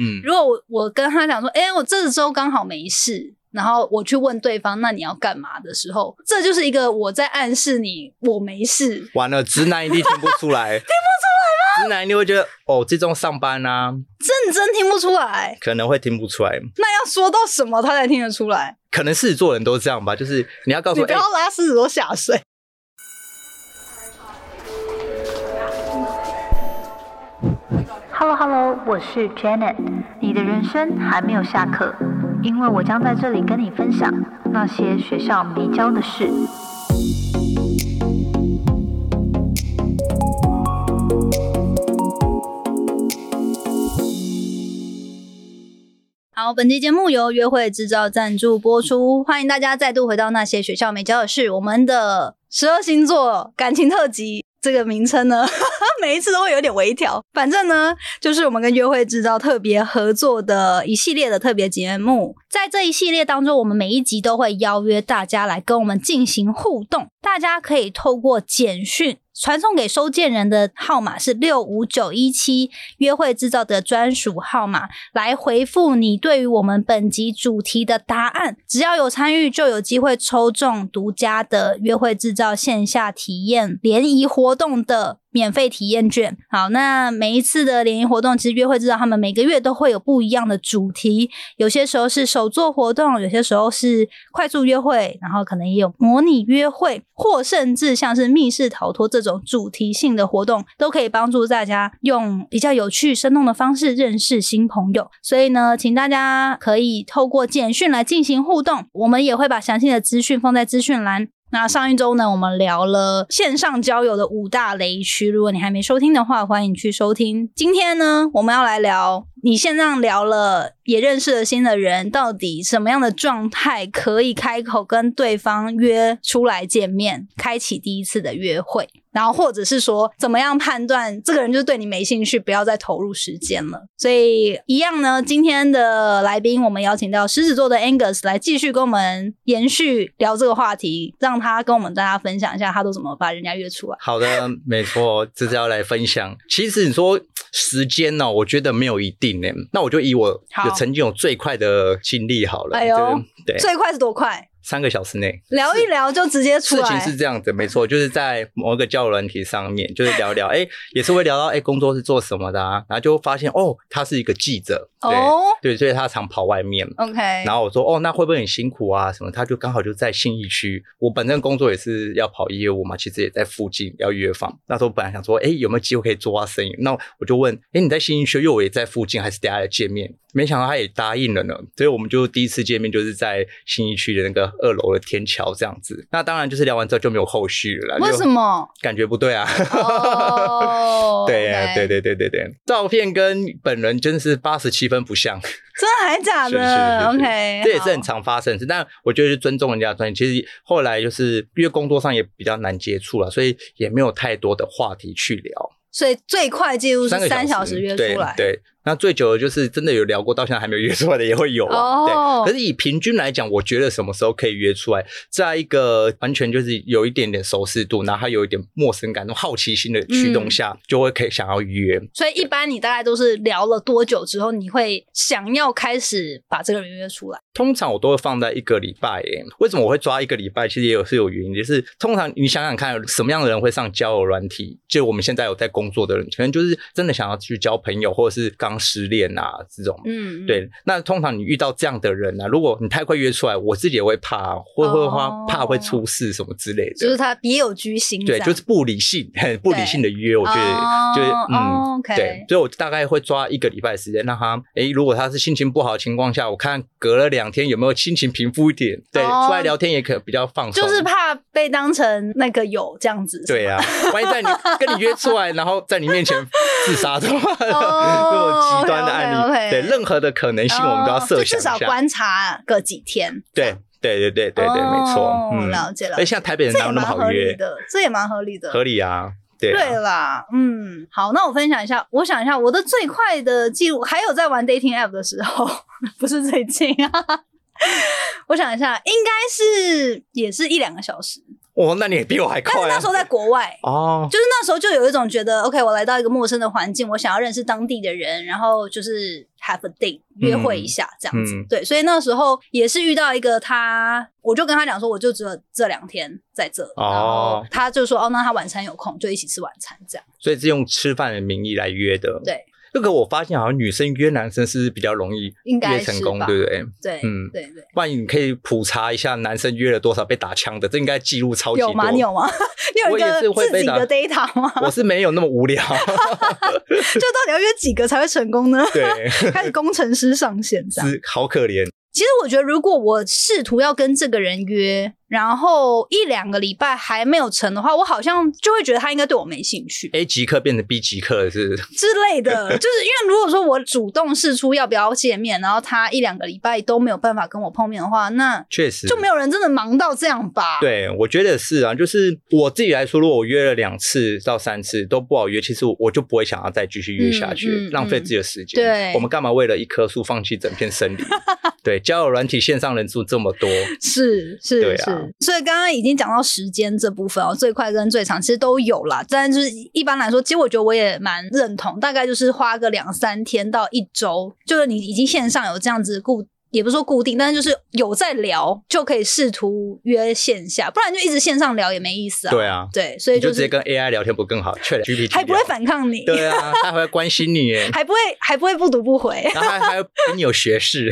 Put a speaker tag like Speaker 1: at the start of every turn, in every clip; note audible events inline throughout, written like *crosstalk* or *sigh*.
Speaker 1: 嗯，
Speaker 2: 如果我我跟他讲说，哎、我这周刚好没事，然后我去问对方，那你要干嘛的时候，这就是一个我在暗示你我没事。
Speaker 1: 完了，直男一定听不出
Speaker 2: *laughs*
Speaker 1: 来，听不出来吗？直男一定会觉得，哦，这种上班啊，
Speaker 2: 认真听不出来，
Speaker 1: 可能会听不出来，
Speaker 2: 那要说到什么他才听得出来？
Speaker 1: 可能狮子座人都这样吧，就是你要告诉
Speaker 2: 你
Speaker 1: 我，
Speaker 2: 不
Speaker 1: 哎、
Speaker 2: 要拉狮子座下水。
Speaker 3: Hello Hello，我是 Janet，你的人生还没有下课，因为我将在这里跟你分享那些学校没教的事。
Speaker 2: 好，本期节目由约会制造赞助播出，欢迎大家再度回到那些学校没教的事，我们的十二星座感情特辑。这个名称呢， *laughs* 每一次都会有点微调。反正呢，就是我们跟约会制造特别合作的一系列的特别节目。在这一系列当中，我们每一集都会邀约大家来跟我们进行互动。大家可以透过简讯传送给收件人的号码是六五九一七，约会制造的专属号码。来回复你对于我们本集主题的答案。只要有参与，就有机会抽中独家的约会制造线下体验联谊活动的免费体验券。好，那每一次的联谊活动，其实约会制造他们每个月都会有不一样的主题，有些时候是手作活动，有些时候是快速约会，然后可能也有模拟约会，或甚至像是密室逃脱这种主题性的活动，都可以帮助大家用比较有趣、生动的方式认识新朋友。所以呢，请大家可以透过简讯来进行互动，我们也会把详细的资讯放在资讯栏。那上一周呢，我们聊了线上交友的五大雷区。如果你还没收听的话，欢迎去收听。今天呢，我们要来聊你线上聊了，也认识了新的人，到底什么样的状态可以开口跟对方约出来见面，开启第一次的约会？然后或者是说，怎么样判断这个人就是对你没兴趣，不要再投入时间了。所以一样呢，今天的来宾我们邀请到狮子座的 Angus 来继续跟我们延续聊这个话题，让他跟我们大家分享一下他都怎么把人家约出来。
Speaker 1: 好的，没错，这是要来分享。其实你说时间呢、我觉得没有一定呢。那我就以我
Speaker 2: 好
Speaker 1: 有曾经有最快的经历好了。
Speaker 2: 哎呦
Speaker 1: 就是对，
Speaker 2: 最快是多快？
Speaker 1: 三个小时内。
Speaker 2: 聊一聊就直接出
Speaker 1: 事情
Speaker 2: 来。
Speaker 1: 是这样子，没错，就是在某一个交友软体上面，就是聊聊，哎、也是会聊到，哎、工作是做什么的啊，然后就发现，哦，他是一个记者，对、
Speaker 2: 哦 *laughs*
Speaker 1: 对，所以他常跑外面，
Speaker 2: OK，
Speaker 1: 然后我说哦，那会不会很辛苦啊？什么？他就刚好就在信义区，我本身工作也是要跑业务嘛，其实也在附近要约访。那时候本来想说，哎，有没有机会可以做到生意？那我就问，哎，你在信义区，因为我也在附近，还是等下来见面？没想到他也答应了呢，所以我们就第一次见面就是在信义区的那个二楼的天桥这样子。那当然就是聊完之后就没有后续了啦，
Speaker 2: 为什？么？
Speaker 1: 感觉不对啊。 *laughs*
Speaker 2: 哦
Speaker 1: 对啊
Speaker 2: ，OK
Speaker 1: 对，对对对对，照片跟本人真的是八十七分不像。
Speaker 2: 真的还假
Speaker 1: 是是是
Speaker 2: 的
Speaker 1: 是
Speaker 2: ？OK，
Speaker 1: 这也是很
Speaker 2: 好
Speaker 1: 常发生的事。但我觉得是尊重人家的专业。其实后来就是因为工作上也比较难接触了，所以也没有太多的话题去聊。
Speaker 2: 所以最快记录
Speaker 1: 三
Speaker 2: 是
Speaker 1: 个
Speaker 2: 三
Speaker 1: 小
Speaker 2: 小时约出来。
Speaker 1: 对对。那最久的就是真的有聊过，到现在还没有约出来的也会有啊。
Speaker 2: 哦
Speaker 1: 对，可是以平均来讲，我觉得什么时候可以约出来，在一个完全就是有一点点熟识度，然后还有一点陌生感、好奇心的驱
Speaker 2: 嗯
Speaker 1: 动下，就会可以想要约。
Speaker 2: 所以一般你大概都是聊了多久之后，你会想要开始把这个人约出来？
Speaker 1: 通常我都会放在一个礼拜、欸。为什么我会抓一个礼拜？其实也有是有原因，就是通常你想想看，什么样的人会上交友软体？就我们现在有在工作的人，可能就是真的想要去交朋友，或者是刚失恋啊这种。
Speaker 2: 嗯，
Speaker 1: 对，那通常你遇到这样的人啊，如果你太快约出来，我自己也会怕啊，会会
Speaker 2: 哦
Speaker 1: 怕怕会出事什么之类的。
Speaker 2: 就是他别有居心这
Speaker 1: 对，
Speaker 2: 样，
Speaker 1: 就是不理性， *laughs* 很不理性的约，我觉得
Speaker 2: 哦
Speaker 1: 就是
Speaker 2: 哦
Speaker 1: 嗯，
Speaker 2: ，OK
Speaker 1: 对，所以我大概会抓一个礼拜的时间，让他，诶，如果他是心情不好的情况下，我看隔了两天有没有心情平复一点，对，
Speaker 2: 哦
Speaker 1: 出来聊天也可比较放松，
Speaker 2: 就是怕被当成那个友这样子。
Speaker 1: *laughs* 对啊，万一在你跟你约出来，然后在你面前自杀的话，
Speaker 2: 哦
Speaker 1: 那种
Speaker 2: 哦
Speaker 1: 极端的案例
Speaker 2: OK，OK，OK
Speaker 1: 对任何的可能性我们都要
Speaker 2: 哦
Speaker 1: 设想
Speaker 2: 就至
Speaker 1: 一
Speaker 2: 少
Speaker 1: 下。
Speaker 2: 观察个几天。
Speaker 1: 对对对对对对，
Speaker 2: 哦
Speaker 1: 没错，嗯
Speaker 2: 了解了
Speaker 1: 而且像台北人
Speaker 2: 这
Speaker 1: 哪
Speaker 2: 也
Speaker 1: 有那
Speaker 2: 蛮
Speaker 1: 么
Speaker 2: 合
Speaker 1: 好
Speaker 2: 理
Speaker 1: 约？
Speaker 2: 的，这也蛮合理的，
Speaker 1: 合理啊，对啊
Speaker 2: 对啦，嗯，好，那我分享一下，我想一下我的最快的记录，还有在玩 dating app 的时候， *laughs* 不是最近啊， *laughs* 我想一下，应该是也是一两个小时，
Speaker 1: 哦，那你也比我还
Speaker 2: 但是
Speaker 1: 快
Speaker 2: 那
Speaker 1: 啊
Speaker 2: 时！候在国外。
Speaker 1: 哦，
Speaker 2: 就是那时候就有一种觉得，OK，我来到一个陌生的环境，我想要认识当地的人，然后就是 have a date 约会一下这样子。
Speaker 1: 嗯
Speaker 2: 对，所以那时候也是遇到一个他，我就跟他讲说，我就只有这两天在这，然后
Speaker 1: 哦
Speaker 2: 他就说，哦，那他晚餐有空就一起吃晚餐这样。
Speaker 1: 所以是用吃饭的名义来约的。
Speaker 2: 对，
Speaker 1: 这个我发现好像女生约男生是比较容易
Speaker 2: 应该
Speaker 1: 约
Speaker 2: 是
Speaker 1: 成功
Speaker 2: 吧，
Speaker 1: 对不对？
Speaker 2: 对，
Speaker 1: 嗯
Speaker 2: 对对。
Speaker 1: 不然你可以普查一下男生约了多少被打枪的，这应该记录超级多。
Speaker 2: 有吗？你有？吗？ *laughs* 你有
Speaker 1: 我
Speaker 2: 一
Speaker 1: 也是
Speaker 2: 个
Speaker 1: 会
Speaker 2: 自
Speaker 1: 被
Speaker 2: 己
Speaker 1: 打
Speaker 2: 的 data 吗？
Speaker 1: *laughs* 我是没有那么无
Speaker 2: *laughs*
Speaker 1: 聊。
Speaker 2: 就到底要约几个才会成功呢？ *laughs*
Speaker 1: 对，
Speaker 2: 开始工程师上线这样。
Speaker 1: 是好可怜。
Speaker 2: 其实我觉得，如果我试图要跟这个人约，然后一两个礼拜还没有成的话，我好像就会觉得他应该对我没兴趣
Speaker 1: A 极客变成 B 极客是
Speaker 2: 之类
Speaker 1: *laughs*
Speaker 2: 的。就是因为如果说我主动试出要不要见面，然后他一两个礼拜都没有办法跟我碰面的话，那
Speaker 1: 确实
Speaker 2: 就没有人真的忙到这样吧？，
Speaker 1: 对，我觉得是啊，就是我自己来说，如果我约了两次到三次都不好约，其实我我就不会想要再继续约下去，
Speaker 2: 嗯嗯
Speaker 1: 浪费
Speaker 2: 嗯
Speaker 1: 自己的时间。
Speaker 2: 对
Speaker 1: 我们干嘛为了一棵树放弃整片森
Speaker 2: *laughs*
Speaker 1: 林？对，交友软体线上人数这么多，
Speaker 2: 是
Speaker 1: 对
Speaker 2: 是
Speaker 1: 啊
Speaker 2: 是，所以刚刚已经讲到时间这部分哦，最快跟最长其实都有啦。但就是一般来说，其实我觉得我也蛮认同，大概就是花个两三天到一周，就是你已经线上有这样子固。也不是说固定，但是就是有在聊，就可以试图约线下，不然就一直线上聊也没意思啊。
Speaker 1: 对啊，
Speaker 2: 对所以
Speaker 1: 你就是直接跟 AI 聊天不更好？确 GPT
Speaker 2: 还不会
Speaker 1: 聊
Speaker 2: 反抗你，，
Speaker 1: 对啊，他还会关心你耶
Speaker 2: *laughs* 还不会还不会不读不回。
Speaker 1: 然后还还会比你有学识。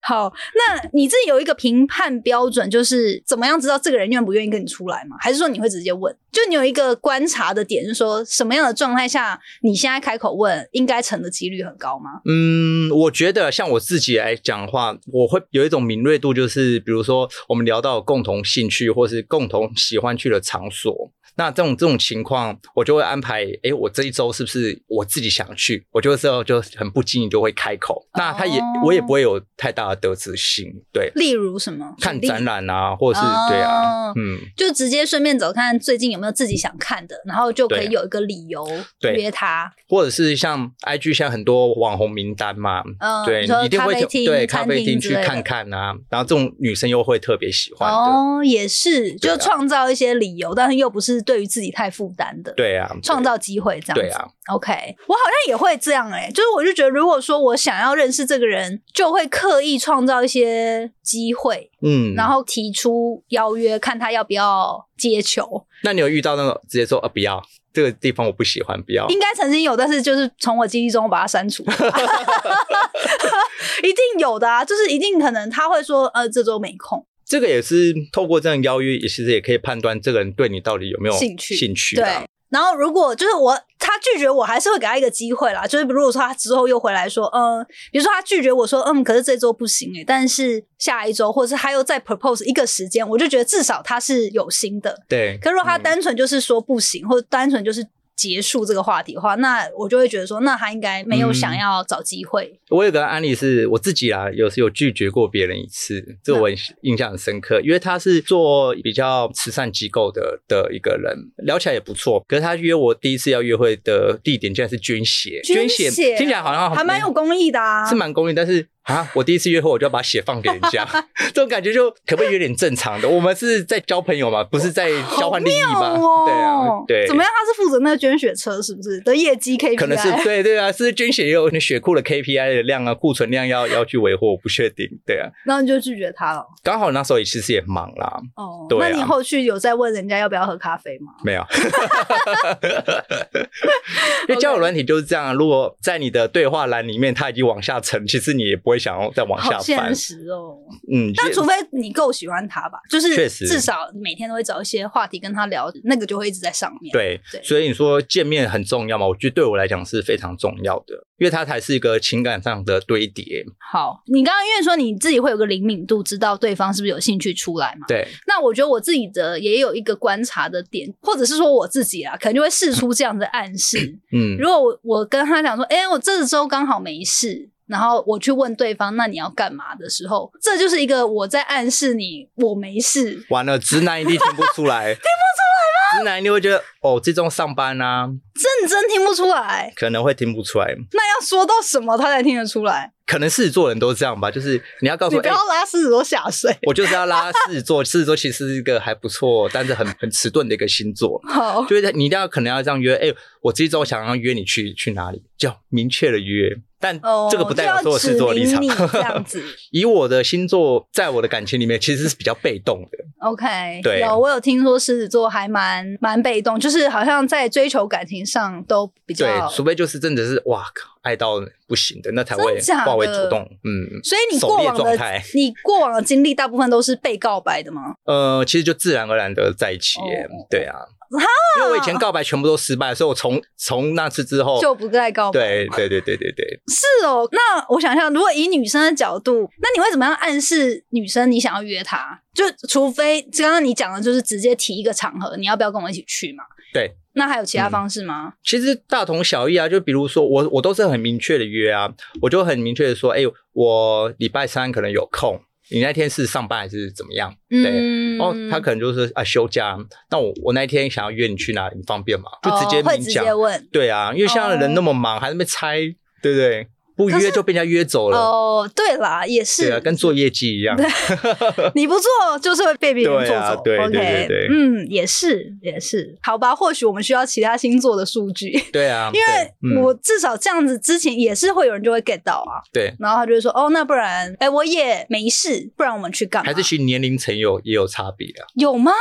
Speaker 2: 好，那你自己有一个评判标准，就是怎么样知道这个人愿不愿意跟你出来吗？还是说你会直接问？就你有一个观察的点，是说什么样的状态下你现在开口问，应该成的几率很高吗？
Speaker 1: 嗯，我觉得像我自己来讲的话，我会有一种敏锐度，就是比如说我们聊到共同兴趣或是共同喜欢去的场所，那这种这种情况，我就会安排，诶，我这一周是不是我自己想去？我就时候就很不经意就会开口，那他也、我也不会有太大的得知性，对，
Speaker 2: 例如什么？
Speaker 1: 看
Speaker 2: 举例
Speaker 1: 展，览啊，或者是、
Speaker 2: 哦
Speaker 1: 对啊，嗯，
Speaker 2: 就直接顺便走看最近有没有自己想看的，然后就可
Speaker 1: 对
Speaker 2: 以
Speaker 1: 啊
Speaker 2: 有一个理由
Speaker 1: 对
Speaker 2: 约他。
Speaker 1: 或者是像 IG 现在很多网红名单嘛，
Speaker 2: 嗯，
Speaker 1: 对，
Speaker 2: 你
Speaker 1: 你
Speaker 2: 说
Speaker 1: 一定
Speaker 2: 咖
Speaker 1: 会
Speaker 2: 啡
Speaker 1: 去
Speaker 2: 厅、
Speaker 1: 对咖
Speaker 2: 餐
Speaker 1: 啡厅
Speaker 2: 厅
Speaker 1: 去看。看啊，然后这种女生又会特别喜欢的，
Speaker 2: 哦，也是，
Speaker 1: 对啊
Speaker 2: 就创造一些理由，但是又不是对于自己太负担的。
Speaker 1: 对啊，
Speaker 2: 创
Speaker 1: 对
Speaker 2: 造机会这样子。
Speaker 1: 对啊
Speaker 2: OK，我好像也会这样哎、就是我就觉得，如果说我想要认识这个人，就会刻意创造一些机会，
Speaker 1: 嗯，
Speaker 2: 然后提出邀约，看他要不要接球。
Speaker 1: 那你有遇到那种直接说啊不要这个地方我不喜欢，不要
Speaker 2: 应该曾经有，但是就是从我记忆中把它
Speaker 1: *laughs*
Speaker 2: 删除， *laughs* 一定有的啊，就是一定可能他会说，呃，这周没空。
Speaker 1: 这个也是透过这样邀约，也其实也可以判断这个人对你到底有没有
Speaker 2: 兴趣
Speaker 1: 兴趣啊
Speaker 2: 对。然后，如果就是我他拒绝我，还是会给他一个机会啦。就是如果说他之后又回来说，嗯，比如说他拒绝我说，嗯，可是这周不行诶、但是下一周，或者是他又再 propose 一个时间，我就觉得至少他是有心的。
Speaker 1: 对，
Speaker 2: 可是如果他
Speaker 1: 嗯
Speaker 2: 单纯就是说不行，或者单纯就是结束这个话题的话，那我就会觉得说，那他应该没有想要找机会。
Speaker 1: 我有个案例是我自己啦，有时有拒绝过别人一次，这我很印象很深刻，因为他是做比较慈善机构的的一个人，聊起来也不错。可是他约我第一次要约会的地点竟然是捐血，
Speaker 2: 捐
Speaker 1: 血
Speaker 2: 血
Speaker 1: 听起啊来好像嗯
Speaker 2: 还蛮有公益的啊
Speaker 1: 是蛮公益，但是。啊！我第一次约会，我就要把血放给人
Speaker 2: *laughs*
Speaker 1: 家，这种感觉就可不可以有点正常的？我们是在交朋友嘛，不是在交换利益嘛？对啊
Speaker 2: 哦，，
Speaker 1: 对，
Speaker 2: 怎么样？他是负责那个捐血车是不是的业绩 KPI？
Speaker 1: 可能
Speaker 2: *laughs*
Speaker 1: 是对对啊，是捐血也有血库的 KPI 的量啊，库存量要要去维护，我不确定。对啊，
Speaker 2: 然后你就拒绝他了。
Speaker 1: 刚好那时候也其实也忙啦，
Speaker 2: 哦，
Speaker 1: 对啊
Speaker 2: 那你后续有再问人家要不要喝咖啡吗？
Speaker 1: 没有， *laughs* 啊因为交友软体就是这样。如果在你的对话栏里面它已经往下沉，其实你也不会会想要再往
Speaker 2: 好
Speaker 1: 下翻
Speaker 2: 现。实哦。 *laughs*
Speaker 1: 嗯，
Speaker 2: 但
Speaker 1: 也
Speaker 2: 除非你够喜欢他吧，就是
Speaker 1: 确实
Speaker 2: 至少每天都会找一些话题跟他聊，那个就会一直在上面。，
Speaker 1: 对
Speaker 2: 对，
Speaker 1: 所以你说见面很重要嘛？我觉得对我来讲是非常重要的，因为它才是一个情感上的堆叠。
Speaker 2: 好，你刚刚因为说你自己会有个灵敏度，知道对方是不是有兴趣出来嘛？
Speaker 1: 对，
Speaker 2: 那我觉得我自己的也有一个观察的点，或者是说我自己啊，可能就会试出这样的暗
Speaker 1: *laughs*
Speaker 2: 示。
Speaker 1: 嗯
Speaker 2: 如，果我我跟他讲说，哎、我这周刚好没事，然后我去问对方，那你要干嘛的时候，这就是一个我在暗示你我没事。
Speaker 1: 完了，直男一定听不出
Speaker 2: *laughs*
Speaker 1: 来，听不出来吗？直男一定会觉得哦，这种上班啊，
Speaker 2: 认真听不出来，
Speaker 1: 可能会听不出来，
Speaker 2: 那要说到什么他才听得出来？
Speaker 1: 可能狮子座人都这样吧，就是你要告诉
Speaker 2: 你
Speaker 1: 我，
Speaker 2: 不
Speaker 1: 哎、
Speaker 2: 要拉狮子座下水。
Speaker 1: 我就是要拉狮子座， *laughs* 狮子座其实是一个还不错，但是很很迟钝的一个星座。
Speaker 2: 好，
Speaker 1: 就是你一定要可能要这样约，哎、我这周想要约你去去哪里，就要明确的约。但
Speaker 2: 哦，
Speaker 1: 这个不代表说我是做立场
Speaker 2: 就要
Speaker 1: *laughs*
Speaker 2: 指明你这样子。
Speaker 1: 以我的星座，在我的感情里面其实是比较被动的，
Speaker 2: OK，
Speaker 1: 对
Speaker 2: 有我有听说狮子座还蛮蛮被动，就是好像在追求感情上都比较。
Speaker 1: 对，除非就是真的是哇靠，爱到不行的，那才
Speaker 2: 真
Speaker 1: 会
Speaker 2: 的假的
Speaker 1: 化为主动。嗯，
Speaker 2: 所以你过往
Speaker 1: 狩猎状
Speaker 2: 的
Speaker 1: 态
Speaker 2: 你过往的经历大部分都是被告白的吗？
Speaker 1: 呃，其实就自然而然的在一起耶，
Speaker 2: 哦
Speaker 1: 对啊，因为我以前告白全部都失败，所以我从从那次之后
Speaker 2: 就不再告白。
Speaker 1: 对对对对对对，
Speaker 2: 是哦，那我想象，如果以女生的角度，那你会怎么样暗示女生你想要约她？就除非刚刚你讲的，就是直接提一个场合，你要不要跟我一起去嘛？
Speaker 1: 对。
Speaker 2: 那还有其他
Speaker 1: 嗯
Speaker 2: 方式吗？
Speaker 1: 其实大同小异啊。就比如说我，我都是很明确的约啊，我就很明确的说，哎、我礼拜三可能有空，你那天是上班还是怎么样？对。
Speaker 2: 嗯
Speaker 1: 哦，他可能就是啊休假，那我我那天想要约你去哪里，你方便吗？就直接
Speaker 2: 哦、会
Speaker 1: 明
Speaker 2: 直
Speaker 1: 讲，
Speaker 2: 接问。
Speaker 1: 对啊，因为现在的人
Speaker 2: 哦
Speaker 1: 那么忙，还在那边猜，对不对？不约就被人家约走了，
Speaker 2: 哦，对啦，也是，
Speaker 1: 对啊，跟做业绩一样。
Speaker 2: 你不做就是会被别人做
Speaker 1: 对啊
Speaker 2: 走。
Speaker 1: 对
Speaker 2: o
Speaker 1: 对对
Speaker 2: k
Speaker 1: 对
Speaker 2: 嗯，也是也是，好吧，或许我们需要其他星座的数据，
Speaker 1: 对啊，
Speaker 2: 因
Speaker 1: 对
Speaker 2: 为我
Speaker 1: 嗯、
Speaker 2: 至少这样子之前也是会有人就会 get 到啊，
Speaker 1: 对，
Speaker 2: 然后他就会说，哦，那不然，哎，我也没事，不然我们去干嘛？
Speaker 1: 还是其实年龄层有也有差别啊。
Speaker 2: 有吗？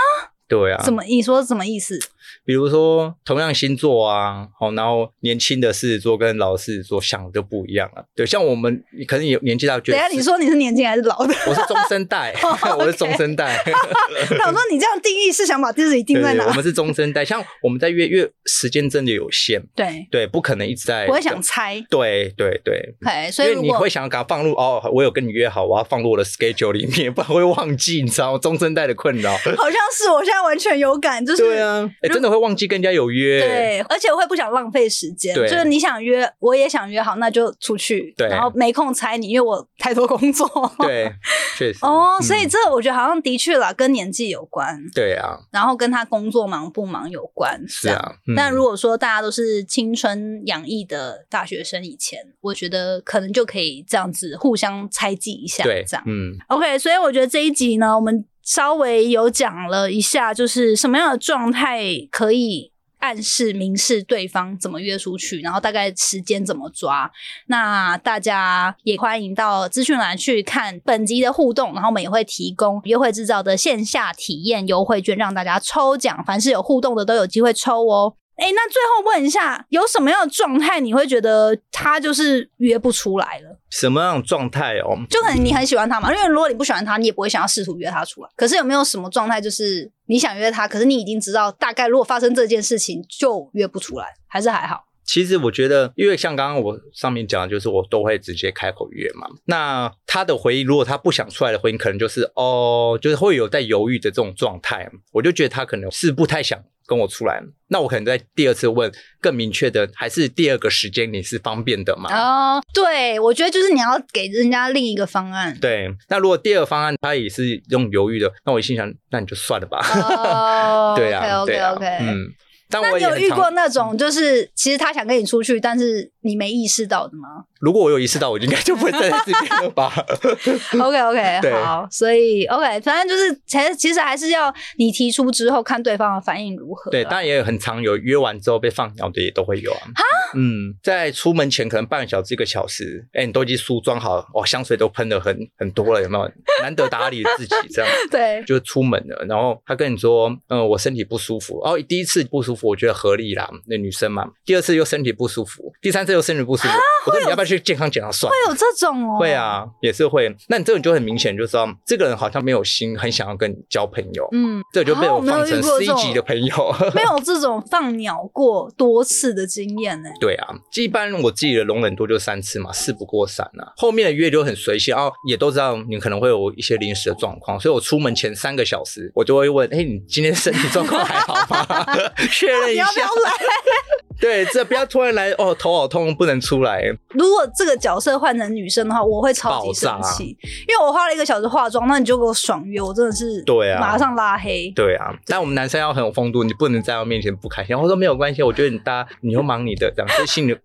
Speaker 1: 对啊，
Speaker 2: 怎么你说什么意思？
Speaker 1: 比如说同样星座啊，好，然后年轻的狮子座跟老狮子座想的就不一样了。对，像我们可能有年纪大，觉
Speaker 2: 等
Speaker 1: 得
Speaker 2: 一下你说你是哦年轻还是
Speaker 1: *laughs*
Speaker 2: 老的？
Speaker 1: 我是中生
Speaker 2: *laughs*
Speaker 1: 代， *laughs* 我是中生代。
Speaker 2: 那我说你这样定义是想把自己定
Speaker 1: 对
Speaker 2: 在
Speaker 1: 对，我
Speaker 2: 哪？
Speaker 1: 们是中生代，像我们在约约时间真的有限，
Speaker 2: 对，
Speaker 1: 对，不可能一直在。
Speaker 2: 我会想猜。
Speaker 1: 哎对对对，
Speaker 2: OK，所以
Speaker 1: 因为
Speaker 2: 如
Speaker 1: 你
Speaker 2: 果
Speaker 1: 会想要给他放入哦，我有跟你约好，我要放入我的 schedule 里面，不然会忘记，你知道吗？中生代的困
Speaker 2: *laughs*
Speaker 1: 扰。
Speaker 2: 好像是我现在完全有感，就是
Speaker 1: 对啊，哎、真的会忘记跟人家有约。
Speaker 2: 对，而且我会不想浪费时间，就
Speaker 1: 对
Speaker 2: 是你想约，我也想约，好，那就出去，
Speaker 1: 对
Speaker 2: 然后没空猜你，因为我太多工作。
Speaker 1: 对，确实。
Speaker 2: 哦，所以
Speaker 1: 嗯
Speaker 2: 这我觉得好像的确啦，跟年纪有关，
Speaker 1: 对啊，
Speaker 2: 然后跟他工作忙不忙有关。
Speaker 1: 是
Speaker 2: 这样。
Speaker 1: 啊。嗯
Speaker 2: 但如果说大家都是青春洋溢的大学生以前，我觉得可能就可以这样子互相猜忌一下，
Speaker 1: 对
Speaker 2: 这样。
Speaker 1: 嗯，
Speaker 2: OK，所以我觉得这一集呢，我们稍微有讲了一下，就是什么样的状态可以暗示、明示对方怎么约出去，然后大概时间怎么抓。那大家也欢迎到资讯栏去看本集的互动，然后我们也会提供约会制造的线下体验优惠券让大家抽奖，凡是有互动的都有机会抽哦。哎，那最后问一下，有什么样的状态你会觉得他就是约不出来了？
Speaker 1: 什么样的状态哦？
Speaker 2: 就可能你很喜欢他嘛，因为如果你不喜欢他，你也不会想要试图约他出来。可是有没有什么状态，就是你想约他，可是你已经知道大概如果发生这件事情就约不出来，还是还好？
Speaker 1: 其实我觉得，因为像刚刚我上面讲的，就是我都会直接开口约嘛。那他的回应，如果他不想出来的回应，可能就是哦，就是会有在犹豫的这种状态。我就觉得他可能是不太想跟我出来。那我可能在第二次问更明确的，还是第二个时间你是方便的嘛？
Speaker 2: 哦，对，我觉得就是你要给人家另一个
Speaker 1: *laughs*
Speaker 2: 方案。
Speaker 1: 对。那如果第二方案他也是用犹豫的，那我心想，那你就算了吧。
Speaker 2: 哦
Speaker 1: 对啊，
Speaker 2: ，OK
Speaker 1: 对
Speaker 2: OK
Speaker 1: 啊
Speaker 2: OK。，
Speaker 1: 嗯。但
Speaker 2: 那
Speaker 1: 我
Speaker 2: 你
Speaker 1: 也
Speaker 2: 有
Speaker 1: 很
Speaker 2: 遇
Speaker 1: 常
Speaker 2: 过那种就是其实他想跟你出去，但是你没意识到的吗
Speaker 1: 如果我有意识到，我应该就不会站在这边了
Speaker 2: *laughs*
Speaker 1: 吧？
Speaker 2: ？OK OK，
Speaker 1: 嗯 *laughs* 对
Speaker 2: 好，所以 OK，反正就是其实其实还是要你提出之后看对方的反应如何啦。
Speaker 1: 对，当然也很常有约完之后被放鸟的也都会有啊。嗯，在出门前可能半个小时一个小时，哎、你都已经梳妆好，哇，香水都喷的很很多了，有没有？难得打理自己这样。 *laughs*
Speaker 2: 对，
Speaker 1: 就出门了，然后他跟你说，嗯，我身体不舒服。哦，第一次不舒服，我觉得合理啦，那女生嘛。第二次又身体不舒服，第三次又身体不舒服。我说你要不要去健康检查算了？
Speaker 2: 啊会有这种哦，
Speaker 1: 会，啊，也是会。那你这种就很明显就知道，这个人好像没有心，很想要跟你交朋友。 *laughs*
Speaker 2: 嗯，
Speaker 1: 这就被
Speaker 2: 啊
Speaker 1: 我
Speaker 2: 没有
Speaker 1: 放
Speaker 2: 遇
Speaker 1: 成
Speaker 2: 过
Speaker 1: C
Speaker 2: 这种
Speaker 1: 级的朋友。
Speaker 2: 没有这种放鸟过多次的经验呢、
Speaker 1: 对啊，一般我自己的容忍度就三次嘛，事不过三啊。后面的约就很随性，哦，也都知道你可能会有一些临时的状况，所以我出门前三个小时，我就会问，哎、你今天身体状况还好吗？ *laughs* 确认一
Speaker 2: 你
Speaker 1: 下
Speaker 2: 要，不要来？
Speaker 1: 对，这不要突然来哦，头好痛，不能出来。
Speaker 2: 如果这个角色换成女生的话，我会超级生
Speaker 1: 爆炸
Speaker 2: 气，因为我花了一个小时化妆，那你就给我爽约，我真的是
Speaker 1: 对啊
Speaker 2: 马上拉黑。
Speaker 1: 对啊，但我们男生要很有风度，你不能在我面前不开心。我说没有关系，我觉得你搭，你又忙你的，这样所以心里就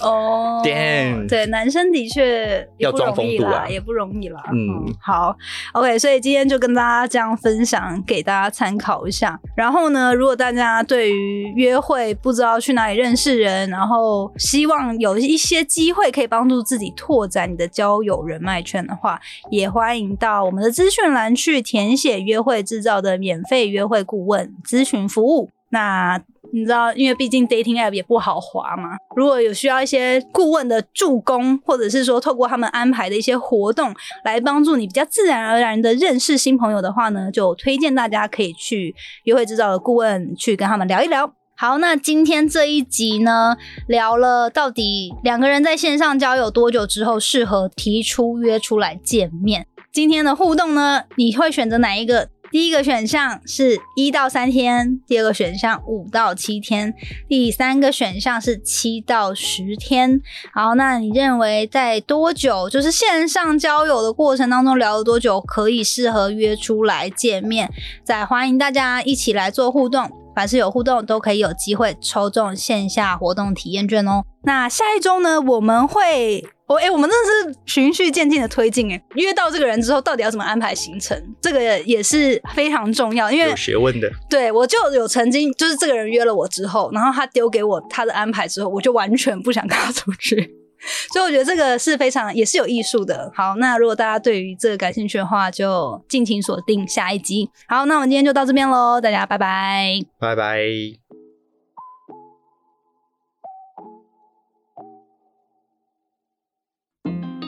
Speaker 2: 哦
Speaker 1: Damn
Speaker 2: 对，男生的确也
Speaker 1: 要
Speaker 2: 不
Speaker 1: 装
Speaker 2: 容易
Speaker 1: 风度
Speaker 2: 啦，
Speaker 1: 啊
Speaker 2: 也不容易啦。
Speaker 1: 嗯
Speaker 2: 嗯，好，OK，所以今天就跟大家这样分享，给大家参考一下。然后呢，如果大家对于约会不知道去哪里认识人，然后希望有一些机会可以帮助自己拓展你的交友人脉圈的话，也欢迎到我们的资讯栏去填写约会制造的免费约会顾问咨询服务。那你知道，因为毕竟 dating app 也不好滑嘛。如果有需要一些顾问的助攻，或者是说透过他们安排的一些活动来帮助你比较自然而然的认识新朋友的话呢，就推荐大家可以去约会制造的顾问去跟他们聊一聊。好，那今天这一集呢，聊了到底两个人在线上交友多久之后适合提出约出来见面。今天的互动呢，你会选择哪一个？第一个选项是一到三天，第二个选项五到七天，第三个选项是七到十天。好，那你认为在多久，就是线上交友的过程当中聊了多久，可以适合约出来见面？再欢迎大家一起来做互动。凡是有互动，都可以有机会抽中线下活动体验券哦。那下一周呢，我们会，我、诶，我们真的是循序渐进的推进诶，约到这个人之后，到底要怎么安排行程，这个也是非常重要，因为
Speaker 1: 有学问的。
Speaker 2: 对我就有曾经就是这个人约了我之后，然后他丢给我他的安排之后，我就完全不想跟他出去。 *laughs* 所以我觉得这个是非常也是有艺术的。好，那如果大家对于这个感兴趣的话，就敬请锁定下一集。好，那我们今天就到这边喽，大家拜拜。
Speaker 1: 拜拜。